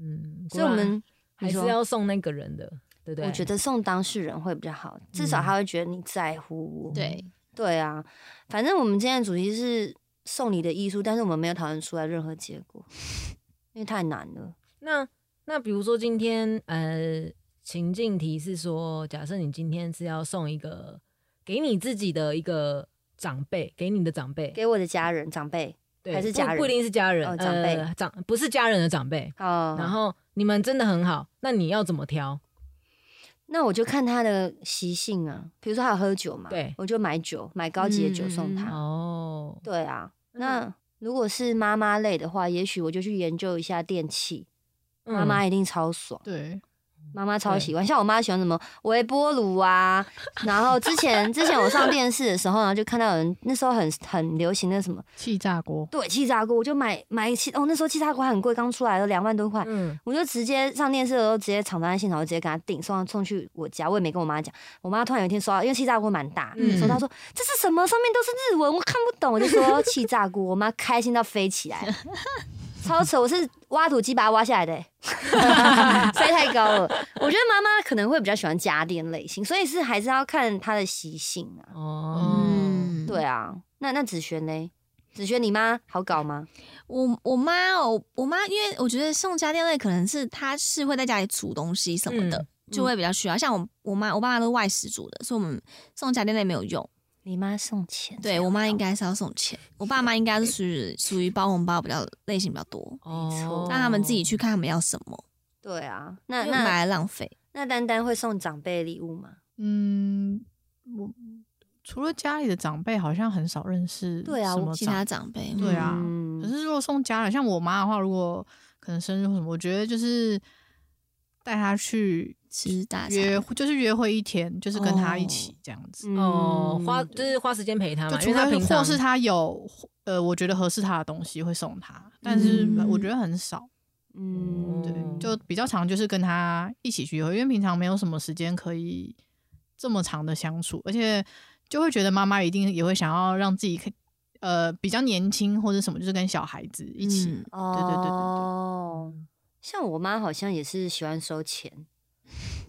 S2: 嗯，
S1: 所以我们
S2: 还
S1: 你
S2: 是
S1: 说
S2: 要送那个人的，对不对？
S1: 我觉得送当事人会比较好，至少
S2: 嗯
S1: 他会觉得你在乎我。
S4: 对，
S1: 对啊，反正我们今天的主题是送礼的艺术，但是我们没有讨论出来任何结果，因为太难了。
S2: 那那比如说今天呃情境题是说，假设你今天是要送一个给你自己的一个长辈，给你的长辈，
S1: 给我的家人、长辈
S2: 对
S1: 还是
S2: 不
S1: 家
S2: 不
S1: 人
S2: 一定是家人，
S1: 哦长辈
S2: 呃、长不是家人的长辈。
S1: 哦，
S2: 然后你们真的很好，那你要怎么挑？
S1: 那我就看他的习性啊，比如说他有喝酒嘛，
S2: 对
S1: 我就买酒，买高级的酒
S4: 嗯
S1: 送他。
S2: 哦，
S1: 对啊，
S2: 嗯
S1: 那如果是妈妈类的话，也许我就去研究一下电器，
S2: 嗯
S1: 妈妈一定超爽。
S3: 对，
S1: 妈妈超
S2: 对
S1: 喜欢，像我妈喜欢什么微波炉啊，然后之前之前我上电视的时候呢，就看到有人那时候很很流行那个什么
S3: 气炸锅，
S1: 对气炸锅，我就买买气哦，那时候气炸锅还很贵，刚出来了两万多块，
S2: 嗯，嗯
S1: 我就直接上电视的时候直接厂商在现场，我就直接给他订送送去我家，我也没跟我妈讲，我妈突然有一天收到，因为气炸锅蛮大，
S2: 嗯
S1: 收到说这是什么，上面都是日文，我看不懂，我就说气炸锅，我妈开心到飞起来了。超扯！我是挖土机把它挖下来的、欸， 飞太高了。我觉得妈妈可能会比较喜欢家电类型，所以是还是要看她的习性啊。
S2: 哦，
S4: 嗯，
S1: 对啊，那那子璇呢？子轩，你妈好搞吗？
S4: 我我妈哦，我妈因为我觉得送家电类可能是她是会在家里煮东西什么的，
S2: 嗯
S4: 就会比较需要。像我我妈我爸妈都是外食煮的，所以我们送家电类没有用。
S1: 你妈送钱，
S4: 对我妈应该是要送钱，我爸妈应该是属于属于包红包比较类型比较多，
S1: 嗯
S2: 哦
S1: 错
S4: 让他们自己去看他们要什么，
S1: 对啊，
S4: 因
S1: 那
S4: 为
S1: 那
S4: 买来浪费。
S1: 那丹丹会送长辈礼物吗？
S3: 嗯，我除了家里的长辈，好像很少认识
S1: 对啊
S3: 什
S2: 哦
S3: 么
S4: 其他
S3: 长
S4: 长辈，
S3: 对啊
S1: 嗯
S3: 可是如果送家人，像我妈的话，如果可能生日或什么，我觉得就是带她去
S4: 吃大餐
S3: 约，就是约会一天，就是跟她一起这样子。
S2: 哦，花
S1: 嗯
S2: 就是花时间陪他
S3: 就
S2: 嘛，因
S3: 除
S2: 为他
S3: 非
S2: 平
S3: 或
S2: 常
S3: 是她有呃，我觉得合适她的东西会送她，但是
S1: 嗯
S3: 我觉得很少。
S1: 嗯，
S3: 对
S2: 哦，
S3: 就比较常就是跟她一起去约会，因为平常没有什么时间可以这么长的相处，而且就会觉得妈妈一定也会想要让自己可呃比较年轻或者什么，就是跟小孩子一起。
S4: 嗯
S1: 哦
S3: 对对对对
S1: 像我妈好像也是喜欢收钱，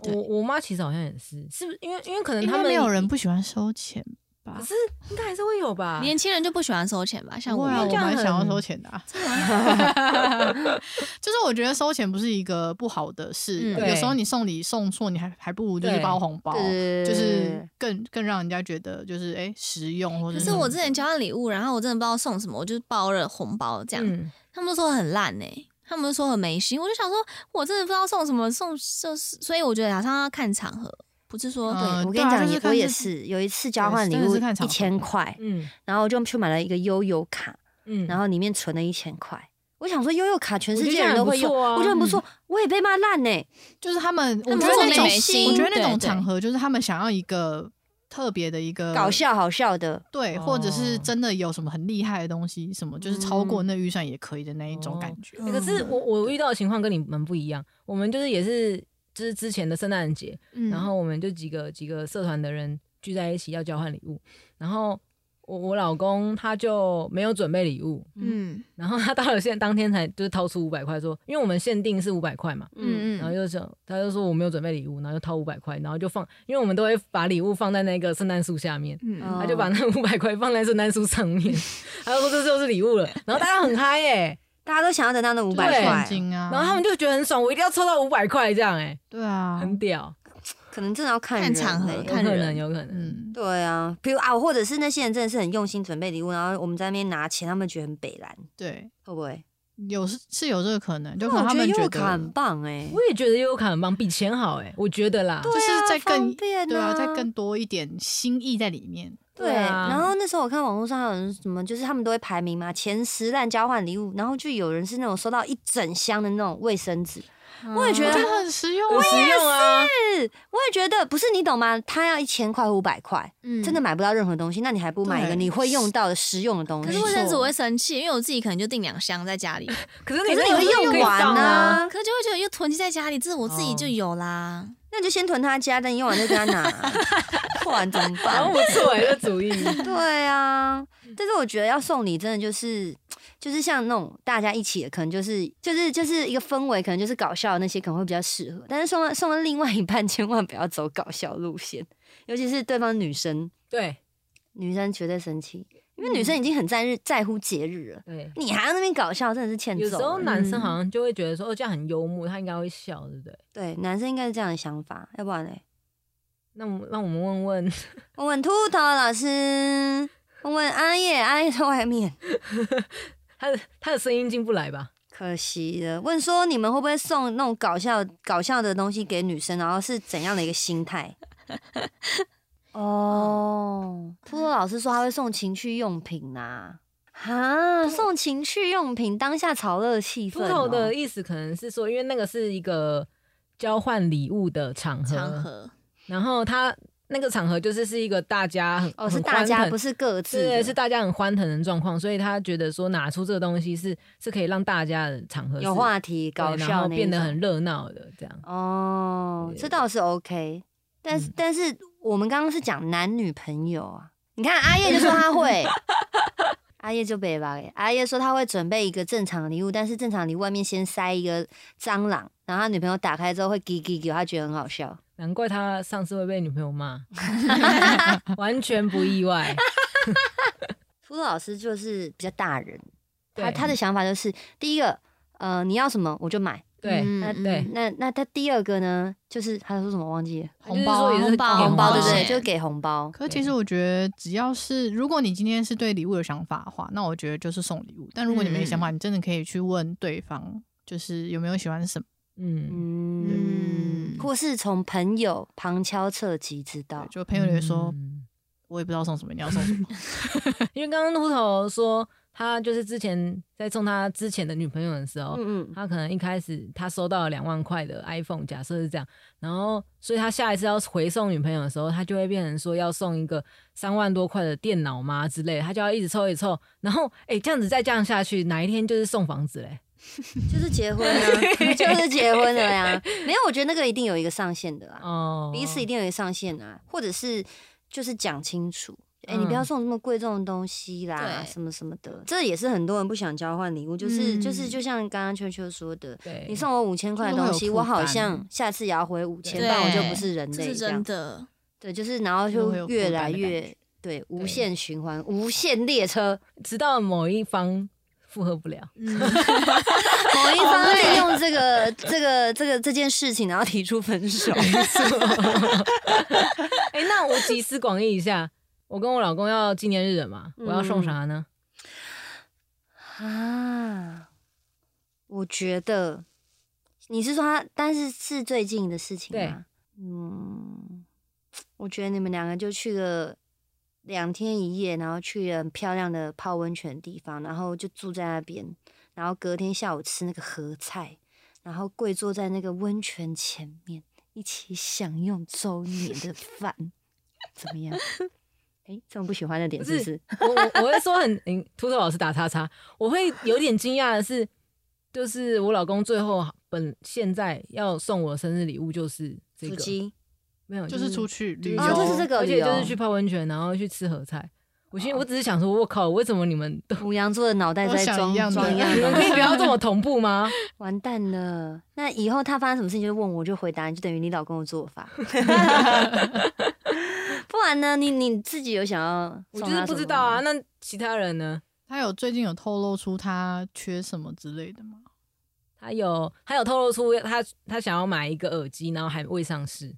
S4: 对
S2: 我我妈其实好像也是，是不是因为因为可能
S3: 应
S2: 他
S3: 该
S2: 们
S3: 没有人不喜欢收钱吧
S2: 可？是应该还是会有吧？
S4: 年轻人就不喜欢收钱吧？像
S3: 不
S4: 我
S3: 会啊，
S4: 们
S3: 啊我
S2: 这样
S3: 蛮想要
S2: 很
S3: 收钱的、啊。 就是我觉得收钱不是一个不好的事，
S4: 嗯
S3: 有时候你送礼送错，你还还不如就是
S2: 对
S3: 包红包，
S1: 对
S3: 就是更更让人家觉得就是哎、实用或者
S4: 可
S3: 什
S4: 是
S3: 么。
S4: 我之前交换礼物，然后我真的不知道送什么，我就包了红包这样，
S2: 嗯
S4: 他们都说很烂呢、他们都说很没心，我就想说，我真的不知道送什么送，就是所以我觉得好像要看场合，不是说、
S3: 嗯
S1: 对
S3: 呃
S1: 我跟你
S3: 对啊
S1: 讲，
S3: 就是
S1: 也
S3: 看
S1: 我也
S3: 这
S1: 是有一次交换礼
S3: 真的
S1: 物
S3: 是看场
S1: 一
S3: 合
S1: 千块，
S2: 嗯
S1: 然后我就去买了一个悠游卡，
S2: 嗯，
S1: 然后里面存了一千块。我想说悠游卡全
S2: 我
S1: 世
S2: 觉得
S1: 界
S2: 这
S1: 人
S2: 样
S1: 都
S2: 很
S1: 会
S2: 不
S1: 用，
S2: 错啊
S1: 我觉得很不
S3: 嗯
S1: 错，我也被骂烂呢。
S3: 就是他们，我
S4: 们
S3: 觉得
S4: 送
S3: 那
S4: 给
S3: 种
S4: 美心
S3: 我觉得那
S4: 对
S3: 种
S4: 对
S3: 场合就是他们想要一个特别的一个
S1: 搞，笑好笑的，
S3: 对，或者是
S2: 哦
S3: 真的有什么很厉害的东西，什么就是超
S4: 嗯
S3: 过那预算也可以的那一
S4: 哦
S3: 种感觉。
S2: 欸可是我我遇到的情况跟你们不一样，我们就是也是就是之前的圣诞节，
S4: 嗯
S2: 然后我们就几个几个社团的人聚在一起要交换礼物，然后我我老公他就没有准备礼物，
S4: 嗯
S2: 然后他到了现当天才就是掏出五百块说，因为我们限定是五百块嘛，
S1: 嗯，
S4: 嗯
S2: 然后
S4: 嗯，
S2: 就想他就说我没有准备礼物，然后就掏五百块，然后就放，因为我们都会把礼物放在那个圣诞树下面。
S4: 嗯
S1: 哦
S2: 他就把那五百块放在圣诞树上面，他就说这就是礼物了，然后大家很嗨耶、
S1: 大家都想要得到那五
S3: 就是
S1: 百
S2: 对
S1: 块
S3: 现，金啊，
S2: 然后他们就觉得很爽，我一定要抽到五百块这样哎、
S3: 对啊，
S2: 很屌，
S1: 可能真的要哦看
S4: 看
S1: 人
S4: 场合
S1: 欸
S2: 有
S4: 看
S2: 可能
S4: 人
S2: 有可能，
S3: 嗯，
S1: 对啊，比如啊，或者是那些人真的是很用心准备礼物，然后我们在那边拿钱，他们觉得很北蓝，
S3: 对，
S1: 会不会？
S3: 有是是有这个可能，就
S1: 那
S3: 可能
S1: 我
S3: 他
S1: 觉
S3: 们
S1: 悠
S3: 觉
S1: 游卡很
S3: 得
S1: 棒哎、
S2: 我也觉得悠游卡很棒，比钱好哎、我觉得啦，
S3: 就是
S1: 啊
S3: 再
S1: 方
S3: 更
S1: 便
S3: 对啊，
S1: 啊
S3: 再更多一点心意在里面。
S1: 对，
S2: 对啊
S1: 然后那时候我看网络上还有人什么，就是他们都会排名嘛，前十烂交换礼物，然后就有人是那种收到一整箱的那种卫生纸，我也觉
S3: 我
S1: 得
S3: 觉得很实用
S2: 很
S3: 啊，
S2: 实用啊，
S1: 是，我也觉得不是你懂吗？他要一千块五百块，
S4: 嗯
S1: 真的。买不到任何东西，那你还不如买一个
S3: 对
S1: 你会用到的实用的东
S4: 可
S1: 西
S4: 是？卫生纸
S3: 错
S4: 我会生气，因为我自己可能就订两箱在 家里，可
S2: 可是
S1: 可
S2: 你
S1: 是你会用完
S2: 呢、
S1: 啊，
S4: 是就会觉得又囤积在家里，这我自己
S2: 哦
S4: 就有啦。
S1: 那你就先囤他家，但你用完再跟他 拿，不然怎么办
S2: 然后？不错哎、这个主意，
S1: 对啊，但是我觉得要送礼真的就是，就是像那种大家一起的，可能就是就是就是一个氛围，可能就是搞笑的那些可能会比较适合。但是送到送到另外一半，千万不要走搞笑路线，尤其是对方女生，
S2: 对
S1: 女生绝对生气，因为女
S2: 嗯
S1: 生已经很在日在乎节日了，
S2: 对。
S1: 你还要那边搞笑，真的是欠揍
S2: 有
S1: 了。
S2: 时候男
S1: 嗯
S2: 生好像就会觉得说，哦，这样很幽默，他应该会笑，对不对？
S1: 对男生应该是这样的想法，要不然嘞，
S2: 那我们让我们问问，
S1: 问问秃头老师，问问阿叶，阿叶在外面。
S2: 他的他的声音进不来吧？
S1: 可惜了。问说你们会不会送那种搞笑搞笑的东西给女生，然后是怎样的一个心态？ 哦，秃头老师说他会送情趣用品呐、啊，送情趣用品当下炒热气氛、
S2: 秃
S1: 哦。
S2: 头的意思可能是说，因为那个是一个交换礼物的场合，
S4: 场合，
S2: 然后他那个场合就是是一个大家很
S1: 哦是大家不
S2: 是
S1: 是各自的，
S2: 对是大家很欢腾的状况，所以他觉得说拿出这个东西是是可以让大家的场合是
S1: 有话题
S2: 对
S1: 搞
S2: 然
S1: 笑
S2: 后
S1: 那一
S2: 变得
S1: 种
S2: 很热闹的这样。
S1: 哦，
S2: 对
S1: 这倒是 OK，但是、
S2: 嗯
S1: 但是我们刚刚是讲男女朋友啊，你看阿叶就说他会， 阿叶就北吧欸，阿叶说他会准备一个正常礼物，但是正常礼物外面先塞一个蟑螂，然后他女朋友打开之后会叽叽叽，他觉得很好笑。
S2: 难怪 他上次会被女朋友骂，完全不意外。
S1: 秃头老师就是比较大人，他
S2: 对
S1: 他的想法就是第一个，呃，你要什么我就买。
S2: 对，
S1: 那
S4: 嗯
S2: 对
S1: 那那他第二个呢，就是他说什么我忘记了，
S2: 他就是
S3: 红包啊
S2: 说也是
S4: 红包
S2: 给
S1: 红包
S4: 对
S1: 对
S4: 不
S1: 不
S4: 对
S1: 对？就是给红包。
S3: 可其实我觉得，只要是如果你今天是对礼物有想法的话，那我觉得就是送礼物。但如果你没想法，你真的可以去问对方，就是有没有喜欢什么，
S2: 嗯，
S1: 嗯，
S4: 嗯
S1: 或是从朋友旁敲侧击知道
S3: 对，就朋友也会说，
S2: 嗯
S3: 我也不知道送什么，你要送什么？
S2: 因为刚刚秃头说他就是之前在送他之前的女朋友的时候，
S1: 嗯嗯，
S2: 他可能一开始他收到了两万块的 iPhone，假设是这样，然后所以他下一次要回送女朋友的时候，他就会变成说要送一个三万多块的电脑吗之类的，他就要一直凑一直凑，然后哎、诶这样子再这样下去，哪一天就是送房子嘞？
S1: 就是结婚啊，就是结婚了呀。没有，我觉得那个一定有一个上限的啊，
S2: 哦，
S1: 彼此一定有一个上限啊，或者是就是讲清楚。哎、你不要
S2: 嗯
S1: 送这么贵重的东西啦，
S4: 对
S1: 什么什么的，这也是很多人不想交换礼物，就是、就是，
S3: 嗯
S1: 就像刚刚秋秋说的，
S2: 对，
S1: 你送我五千块的
S3: 就是会
S1: 东
S3: 有
S1: 西，
S3: 负
S1: 我好
S3: 担
S1: 像下次也要回五千，不
S4: 对
S1: 然我就不是人
S4: 这
S1: 类
S4: 是
S1: 这
S4: 真
S1: 样。
S4: 的，
S1: 对，就是然后
S3: 就是会
S1: 就
S3: 有
S1: 越
S3: 负担
S1: 来
S3: 的感
S1: 越
S3: 觉
S1: 对无
S2: 对
S1: 限循环、无限列 车，
S2: 直到某一方负荷不了，
S4: 嗯，
S1: 某一方利用这个这个这个这件事情，然后提出分 手。
S2: 哎、那我集思广益一下，我跟我老公要纪念日了嘛，我要
S1: 嗯
S2: 送啥呢？
S1: 啊，我觉得你是说他，但是是最近的事情
S2: 对
S1: 吗？嗯，我觉得你们两个就去了两天一夜，然后去了很漂亮的泡温泉的地方，然后就住在那边，然后隔天下午吃那个合菜，然后跪坐在那个温泉前面，一起享用周年 的饭，怎么样？ 哎、这么不喜欢的点是不
S2: 不是
S1: 是？
S2: 我我我会说很，嗯，秃头老师打叉叉，我会有点惊讶的是，就是我老公最后本现在要送我生日礼物就是这
S1: 腹
S2: 个，
S1: 肌
S2: 没有
S3: 就是出去旅游，
S1: 啊就是这个哦
S2: 而且
S1: 理由
S2: 哦就是去泡温泉，然后去吃合菜。我心里我只是想说，我靠，为什么你们都
S1: 母羊座的脑袋
S3: 都
S1: 在
S3: 想
S1: 装
S3: 一样的
S1: 装一样
S2: 你
S1: 的
S2: 们
S1: 东
S2: 可
S1: 西
S2: 以不要这么同 步吗？
S1: 完蛋了，那以后他发生什么事情就问我，就回答你，就等于你老公的做 法。不然呢？你你自己有想要？
S2: 我就是不知道啊。。那其他人呢？
S3: 他有最近有透露出他缺什么之类的吗？
S2: 他有他有透露出他他想要买一个耳机，然后还未上市，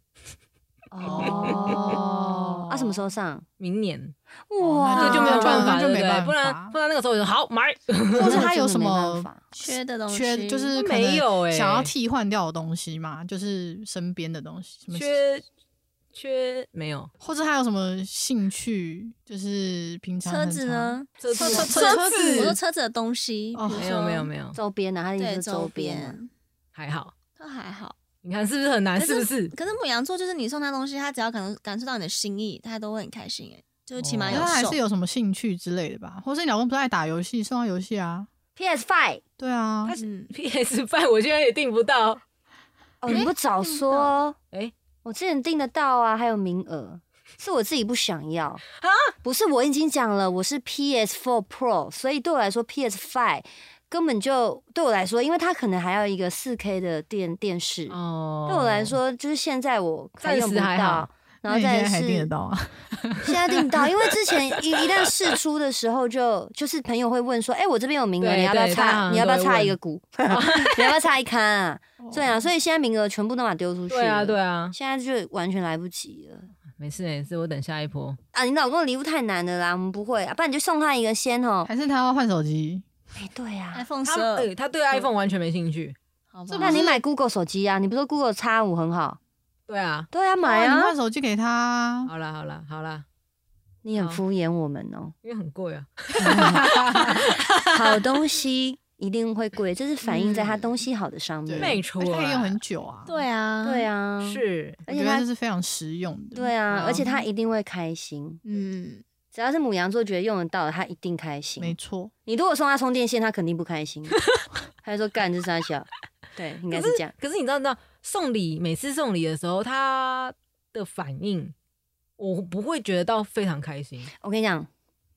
S1: 哦
S3: 哦，
S1: 啊，什么时候上？
S2: 明年
S3: 啊
S2: 这
S1: 哇，
S2: 就没有办法，对
S3: 那就
S2: 不
S3: 没办
S2: 对？
S3: 法
S2: 不然不然那个时候我就好买，
S3: 或者他
S1: 这
S3: 有
S1: 个
S3: 什
S1: 没
S3: 么
S1: 办法
S4: 缺的东西
S3: 缺，就是可能
S2: 没有欸
S3: 想要替换掉的东西嘛，就是身边的东西，什么
S2: 缺缺没有
S3: 或者他有什么兴趣，就是平常
S4: 车
S3: 很
S4: 子
S3: 常
S4: 呢？
S2: 车
S3: 车
S2: 子
S3: 车
S4: 车
S3: 车
S4: 子，我说
S3: 子
S4: 车子的东西，
S3: 哦
S4: 比如
S2: 没有
S4: 说
S2: 没有没有
S1: 周边啊，他的意思
S4: 对
S1: 是周
S4: 周
S1: 边啊。
S4: 边，
S2: 还好，
S4: 都还好。
S2: 你看是不是很难？
S4: 可
S2: 啊是不是？
S4: 可是母羊座就是你送他东西，他只要感感受到你的心意，他都会很开心哎，就是起码
S2: 哦
S4: 有
S3: 他还
S4: 送
S3: 是。有什么兴趣之类的吧？或是你老公不是爱打游戏，送他游戏啊？
S1: PS Five，
S3: 对啊，
S4: 嗯，
S2: PS Five 我现在也订不到，
S1: 哦，你不早说，
S2: 哎，
S1: 我之前订得到啊，还有名额，是我自己不想要啊，不是我已经讲了，我是 PS Four Pro，所以对我来说 PS Five 根本就对我来说，因为它可能还要一个四 K 的电电视，
S2: 哦
S1: 对我来，说就是现在我还
S2: 暂
S1: 用
S2: 时
S1: 不
S2: 还
S1: 到
S2: 好。
S1: 然
S3: 那
S1: 后
S3: 你现
S1: 再
S3: 在还
S1: 是
S3: 订得到啊？
S1: 现在订不到，因为之前一一旦试出的时候就，就是朋友会问说，哎、我这边有名额，
S2: 对
S1: 你要不要
S2: 对大家好
S1: 插？
S2: 像
S1: 你要不要
S2: 都会
S1: 插
S2: 问
S1: 一个股？ 你要不要插一刊啊？对啊，所以 现在名额全部都把丢出去了。
S2: 对啊对啊，
S1: 现在就完全来不及了
S2: 没事没事，我等下一波。
S1: 啊！你老公的礼物太难了啦，我们不会啊，不然你就送他一个先哦。
S3: 还是他要换手机？
S1: 哎，对啊，
S4: iPhone
S2: 他
S4: 十二，
S2: 对他对 iPhone 完全没兴趣，
S4: 好
S3: 这
S4: 吧
S3: 不
S1: 那你买 Google 手机啊？你不是说 Google X 五很好？
S2: 对啊，
S1: 对啊，买
S3: 啊你
S1: 啊
S3: 换！手机给他啊。
S2: 好啦好啦好啦，
S1: 你
S2: 嗯
S1: 很敷衍我们哦、
S2: 因为很贵啊，
S1: 好东 西一定会贵，这是反映在它东西好的上面。
S2: 没错
S3: 而且他可以用
S2: 啊
S3: 很久啊。，
S4: 对啊，
S1: 对，啊，，
S2: 嗯是
S1: 而
S3: 我
S1: 且
S3: 觉得
S1: 他
S3: 这是非常实用的。
S1: 对啊，
S2: 嗯
S1: 而且他一定会开心。
S4: 嗯，
S1: 只要是母羊座觉得用得到的，他一定开心
S3: 没。错。
S1: 你如果送他充电线，他肯定不开 心，他就说干这傻小。对，应该是这样。
S2: 可是你知道，你知道送礼，每次送礼的时候，他的反应，我不会觉得到非常开心。
S1: 我跟你讲，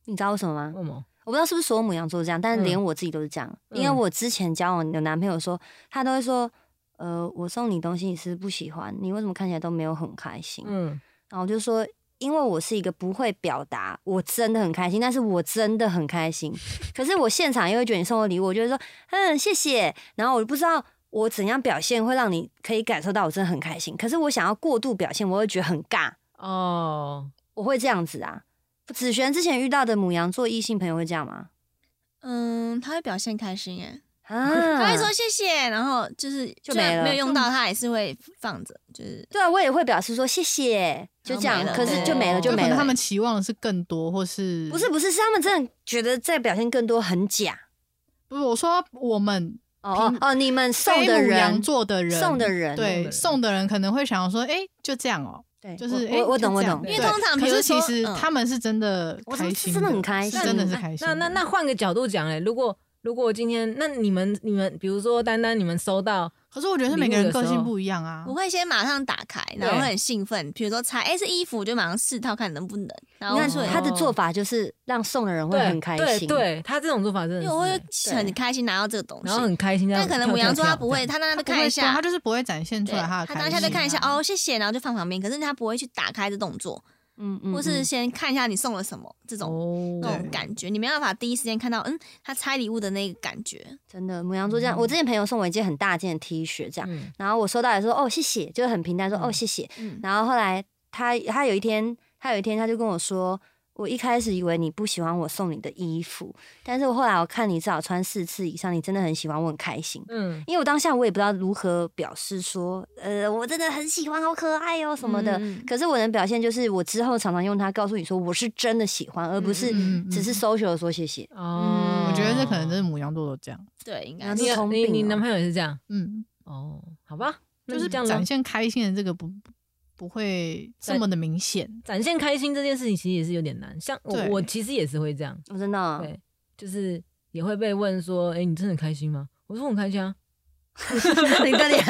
S1: 你知道为什么吗？
S2: 为什么？
S1: 我不知道是不是所有母羊座这样，但是
S2: 嗯
S1: 连我自己都是这样。因为
S2: 嗯
S1: 我之前交往的男朋友说，他都会说，呃，我送你东西你是不是不喜欢，你为什么看起来都没有很开心？
S2: 嗯，
S1: 然后我就说，因为我是一个不会表达，我真的很开心，但是我真的很开 心。可是我现场又会觉得你送我礼物，我就会说嗯谢谢，然后我不知道我怎样表现会让你可以感受到我真的很开心。可是我想要过度表现，我会觉得很尬，
S2: 哦，
S1: 我会这样子啊。子璇之前遇到的母羊座异性朋友会这样吗？
S4: 嗯，他会表现开心哎，
S1: 啊，
S4: 他会说谢谢，然后就是
S1: 就
S4: 虽然
S1: 没了
S4: 没有用到，他还是会放着，就是
S1: 对啊，我也会表示说谢谢，就
S4: 然后
S1: 这样
S4: 没。了
S1: 可是就没了，
S2: 对
S1: 就
S3: 哦可
S1: 没
S3: 能
S1: 了。欸
S3: 他们期望的是更多，或是
S1: 不是不是，是他们真的觉得在表现更多很假。
S3: 不是我说我们
S1: 哦哦
S3: 平
S1: 哦，你们送
S3: 非
S1: 的
S3: 母
S1: 人
S3: 羊座的人
S1: 送的人，
S2: 送的
S3: 对
S2: 人
S3: 送的人可能会想要说，哎、就这样哦、
S1: 对，
S3: 就是
S1: 我我我懂我懂
S4: 因，为通常
S3: 可
S4: 比
S3: 是
S4: 如
S3: 其
S4: 说
S3: 实
S4: 嗯
S3: 他们是真的
S1: 我
S3: 开
S1: 是
S3: 心，
S1: 真的很开
S3: 是
S1: 心
S3: 真的是
S2: 哎
S3: 开心
S2: 那
S3: 的。
S2: 那那换个角度讲，哎，如果如果今天，那你们你们，比如说丹丹，你们收到
S3: 可是我觉得是每个人
S2: 礼物的
S3: 个
S2: 时候
S3: 性不一样啊
S4: 我。会先马上打开，然后
S2: 对
S4: 会很兴奋，比如说拆，哎、是衣服，我就马上试套看能不能，然
S1: 你
S4: 后
S1: 看
S4: 会
S1: 他的做法就是让送的人会
S2: 对
S1: 很开
S2: 对
S1: 心，
S2: 对他这种做法真的
S4: 因
S2: 是，
S4: 为我会
S1: 对
S4: 很开心拿到这个东西
S2: 然，后很开心这样
S4: 但
S2: 跳，
S4: 可能母羊座他不会，
S2: 跳，
S4: 他当下
S3: 他
S4: 就
S3: 不会
S4: 看一
S3: 说
S4: 下
S3: 他，就是不会展现出
S4: 对，
S3: 来他
S4: 他
S3: 的开心
S4: 当
S3: 啊。
S4: 下就看一下，哦，谢谢，然后就放旁边，可是他不会去打开的动作，
S1: 嗯，嗯嗯，
S4: 或是先看一下你送了什么这
S2: 跳
S4: 种。那
S2: 哦
S4: 种感觉，你没办法第一时间看到，嗯，他拆礼物的那个感觉，
S1: 真的母羊座这样。我之前朋友送我一件很大件的 T 恤，这样，
S2: 嗯
S1: 然后我收到也说哦谢谢，就是很平淡说哦谢谢。
S4: 嗯，
S1: 然后后来他他有一天他有一天他就跟我说，我一开始以为你不喜欢我送你的衣服，但是我后来我看你至少穿四次以上，你真的很喜欢，我很开心。
S2: 嗯
S1: 因为我当下我也不知道如何表示说，呃，我真的很喜欢，好可爱哦什么的。
S4: 嗯嗯
S1: 可是我能表现就是，我之后常常用它告诉你说，我是真的喜欢，而不是
S3: 嗯嗯嗯
S1: 只是 social 说谢谢。
S2: 哦，
S3: 我觉得这
S1: 嗯
S3: 可能真是母羊座都这样，
S4: 对，应
S1: 然
S4: 该
S1: 后
S4: 是
S1: 就
S2: 你
S1: 是同病
S2: 你你
S1: 哦
S2: 男朋友也是这样
S3: 嗯，
S2: 哦，好吧，那
S3: 就是
S2: 这样咯
S3: 展现开心的这个不不会这么的明显。
S2: 展现开心这件事情，其实也是有点难。像我
S3: 对
S2: 我其实也是会这样，
S1: 我真的哦、
S2: 对，就是也会被问说，哎，你真的很开心吗？我说我很开心啊，
S1: 你的脸，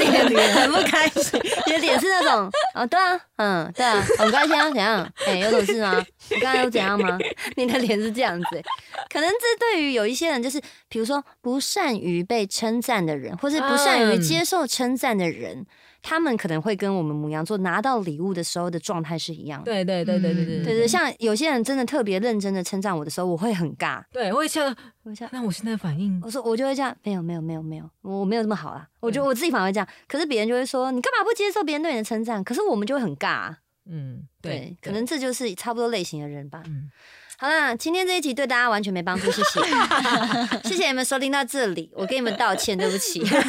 S1: 你的脸很不开心，你的脸是那种，哦，对啊，嗯，对 啊，很开心啊，怎样？哎、有种事吗？我刚才有怎样吗？ 你的脸是这样子、可能这对于有一些人，就是比如说不善于被称赞的人，或是不善于
S2: 嗯
S1: 接受称赞的人，他们可能会跟我们母羊座拿到礼物的时候的状态是一样的。
S2: 对对对对对对
S3: 嗯
S1: 对对，像有些人真的特别认真的称赞我的时候，我会很尬，
S2: 对，我会笑。
S1: 我想
S2: 那我现在反应
S1: 我说我就会这样，没有没有没有没有，我我没有这么好啦。我觉得我自己反而会这样，可是别人就会说你干嘛不接受别人对你的称赞？可是我们就会很尬、啊。
S2: 嗯，对
S1: 对，，可能这就是差不多类型的人吧。
S2: 嗯
S1: 好啦，今天这一集对大家完全没帮助，谢谢，谢谢你们收听到这里，我跟你们道歉，对不起。 对，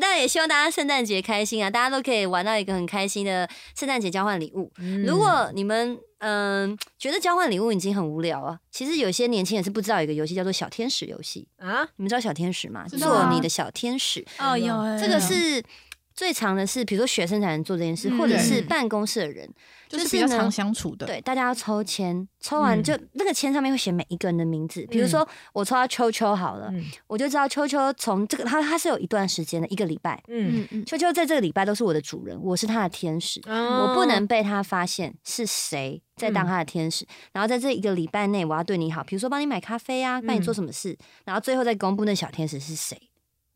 S1: 但也希望大家圣诞节开心啊，大家都可以玩到一个很开心的圣诞节交换礼物。
S2: 嗯
S1: 如果你们嗯、觉得交换礼物已经很无聊啊，其实有些年轻人是不知道有一个游戏叫做小天使游戏，
S2: 啊，嗯
S1: 你们知道小天使吗？
S3: 知
S1: 做
S3: 道啊
S1: 你的小天使，
S4: 哦，有
S1: 这个是最常的是，比如说学生才能做这件事，
S3: 嗯
S1: 或者是
S4: 对
S1: 办公室的人，
S3: 就是
S1: 就是
S3: 比较
S1: 呢
S3: 常相处的，
S1: 对，大家要抽签，抽完
S2: 嗯
S1: 就、那个签上面会写每一个人的名字，
S3: 嗯
S1: 比如说我抽到秋秋好了，
S2: 嗯
S1: 我就知道秋秋从这个他他是有一段时间的一个礼拜，
S2: 嗯，
S4: 嗯嗯，
S1: 秋秋在这个礼拜都是我的主人，我是他的天使。
S2: 哦
S1: 我不能被他发现是谁在
S3: 嗯
S1: 当他的天使，然后在这一个礼拜内，我要对你好，比如说帮你买咖啡啊，帮你
S3: 嗯
S1: 做什么事，然后最后再公布那小天使是谁。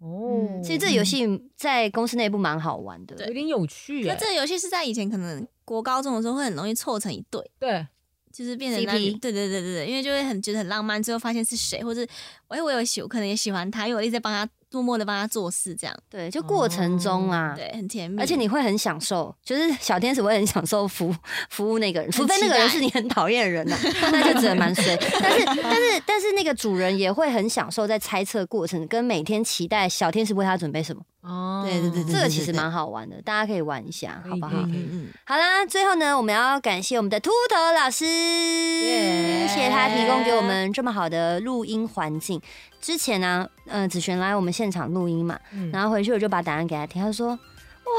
S2: 哦，
S1: 所以这个游戏在公司内部蛮好玩的。
S2: 有点有趣
S4: 那
S2: 耶，
S4: 这个游戏是在以前可能国高中的时候会很容易凑成一对，
S2: 对，
S4: 就是变成
S1: CP
S4: 那里，对对对对对，因为就会很觉得很浪漫，最后发现是谁，或者哎、我有喜，我可能也喜欢他，因为我一直在帮他默默的帮他做事，这样
S1: 对，就过程中啊，
S4: 哦对，很甜蜜。
S1: 而且你会很享受，就是小天使会很享受服服务那个人，除
S4: 很期
S1: 非那个人
S4: 待
S1: 是你很讨厌的人呐、啊那就只能蛮衰。但是但是但是那个主人也会很享受在猜测过程，跟每天期待小天使为他准备什么，
S2: 哦，
S4: 对对对
S1: 这
S4: 对
S1: 个其实蛮好玩的，大家可以玩一下，
S2: 可以
S1: 好不好
S2: 可以？
S4: 嗯
S1: 好啦，最后呢，我们要感谢我们的秃头老师
S2: 耶
S1: 谢谢他提供给我们这么好的录音环境。之前呢、呃，子璇来我们现场录音嘛，
S2: 嗯
S1: 然后回去我就把答案给他听，他说：“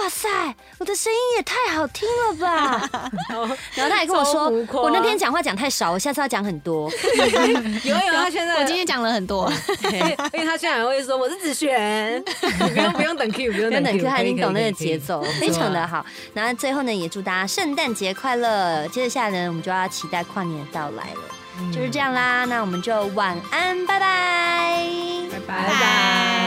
S1: 哇塞，我的声音也太好听了吧！” 然后他还跟我说
S2: 超浮：“夸
S1: 我那天讲话讲太少，我下次要讲很多。
S2: 有有，他现在
S4: 我今天讲了 很多，
S2: 因为因为他现在还会说我是子璇， 你不用不用等 Q，不”用
S1: 等
S2: 等
S1: 等 Q 他已经懂那个节，
S2: 可以可以可以可以
S1: 奏，非常的好。然后最后呢，也祝大家圣诞节快乐。接着下来呢，我们就要期待跨年的到来了。
S2: 嗯
S1: 就是这样啦，那我们就晚安，拜拜。
S2: 拜
S4: 拜
S2: 拜。
S4: 拜。